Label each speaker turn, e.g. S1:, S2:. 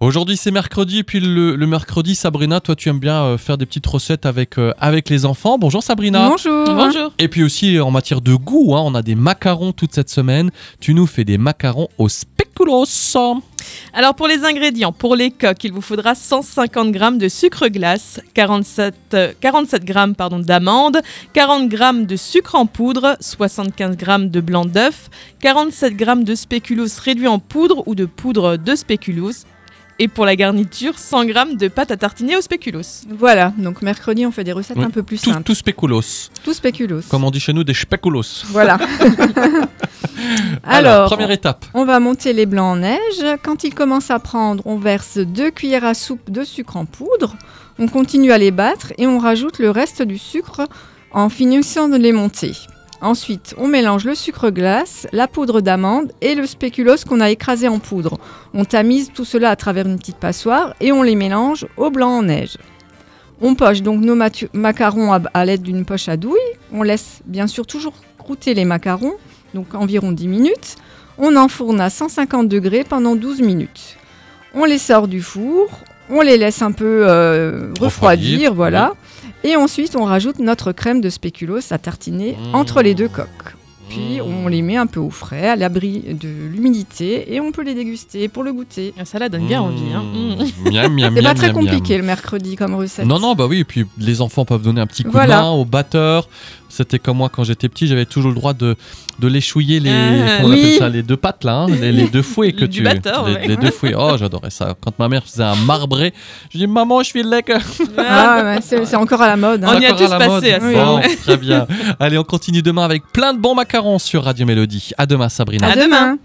S1: Aujourd'hui c'est mercredi et puis le, le mercredi Sabrina, toi tu aimes bien euh, faire des petites recettes avec, euh, avec les enfants. Bonjour Sabrina.
S2: Bonjour.
S3: Bonjour.
S1: Et puis aussi en matière de goût, hein, on a des macarons toute cette semaine. Tu nous fais des macarons au spéculoos.
S3: Alors pour les ingrédients, pour les coques, il vous faudra 150 g de sucre glace, 47, euh, 47 g pardon, d'amandes, 40 g de sucre en poudre, 75 g de blanc d'œuf, 47 g de spéculoos réduit en poudre ou de poudre de spéculoos. Et pour la garniture, 100 g de pâte à tartiner au spéculoos.
S2: Voilà, donc mercredi on fait des recettes
S1: Oui,
S2: un peu plus
S1: Tout,
S2: simples.
S1: tout spéculoos.
S2: Tout spéculoos.
S1: Comme on dit chez nous, des spéculoos.
S2: Voilà.
S1: Alors,
S2: Alors,
S1: première étape.
S2: on va monter les blancs en neige. Quand ils commencent à prendre, on verse 2 cuillères à soupe de sucre en poudre. On continue à les battre et on rajoute le reste du sucre en finissant de les monter. Ensuite, on mélange le sucre glace, la poudre d'amande et le spéculoos qu'on a écrasé en poudre. On tamise tout cela à travers une petite passoire et on les mélange au blanc en neige. On poche donc nos matu- macarons à, à l'aide d'une poche à douille. On laisse bien sûr toujours croûter les macarons, donc environ 10 minutes. On enfourne à 150 degrés pendant 12 minutes. On les sort du four, on les laisse un peu euh, refroidir,
S1: Refroidir,
S2: voilà. Et ensuite, on rajoute notre crème de spéculoos à tartiner
S1: Mmh.
S2: entre les deux coques. Puis on
S1: Mmh.
S2: les met un peu au frais, à l'abri de l'humidité, et on peut les déguster pour le goûter.
S3: Ah, Ça la donne bien envie. hein.
S1: Mmh.
S3: Mmh.
S1: Miam, miam,
S2: C'est pas
S1: miam,
S2: très
S1: miam,
S2: compliqué le mercredi comme recette.
S1: Non, non, bah oui, et puis les enfants peuvent donner un petit coup
S2: Voilà.
S1: de main au batteur. C'était comme moi quand j'étais petit, j'avais toujours le droit de, de l'échouiller les,
S3: Ah,
S1: comment on appelle
S2: oui.
S1: ça, les deux pattes là, hein, les, les deux fouets que
S3: Du
S1: tu.
S3: batteur,
S1: les,
S3: ouais.
S1: les deux fouets. Oh, j'adorais ça. Quand ma mère faisait un marbré, je dis maman, je suis le lec.
S3: Mmh.
S2: Ah, ouais, c'est c'est encore à la mode. hein.
S3: On y a
S1: Encore
S3: tous
S1: la
S3: passé
S1: mode.
S3: à
S2: ça,
S1: Bon, très bien. Allez, on continue demain avec plein de bons macarons sur Radio Mélodie. À demain, Sabrina.
S2: À
S3: À demain.
S2: demain.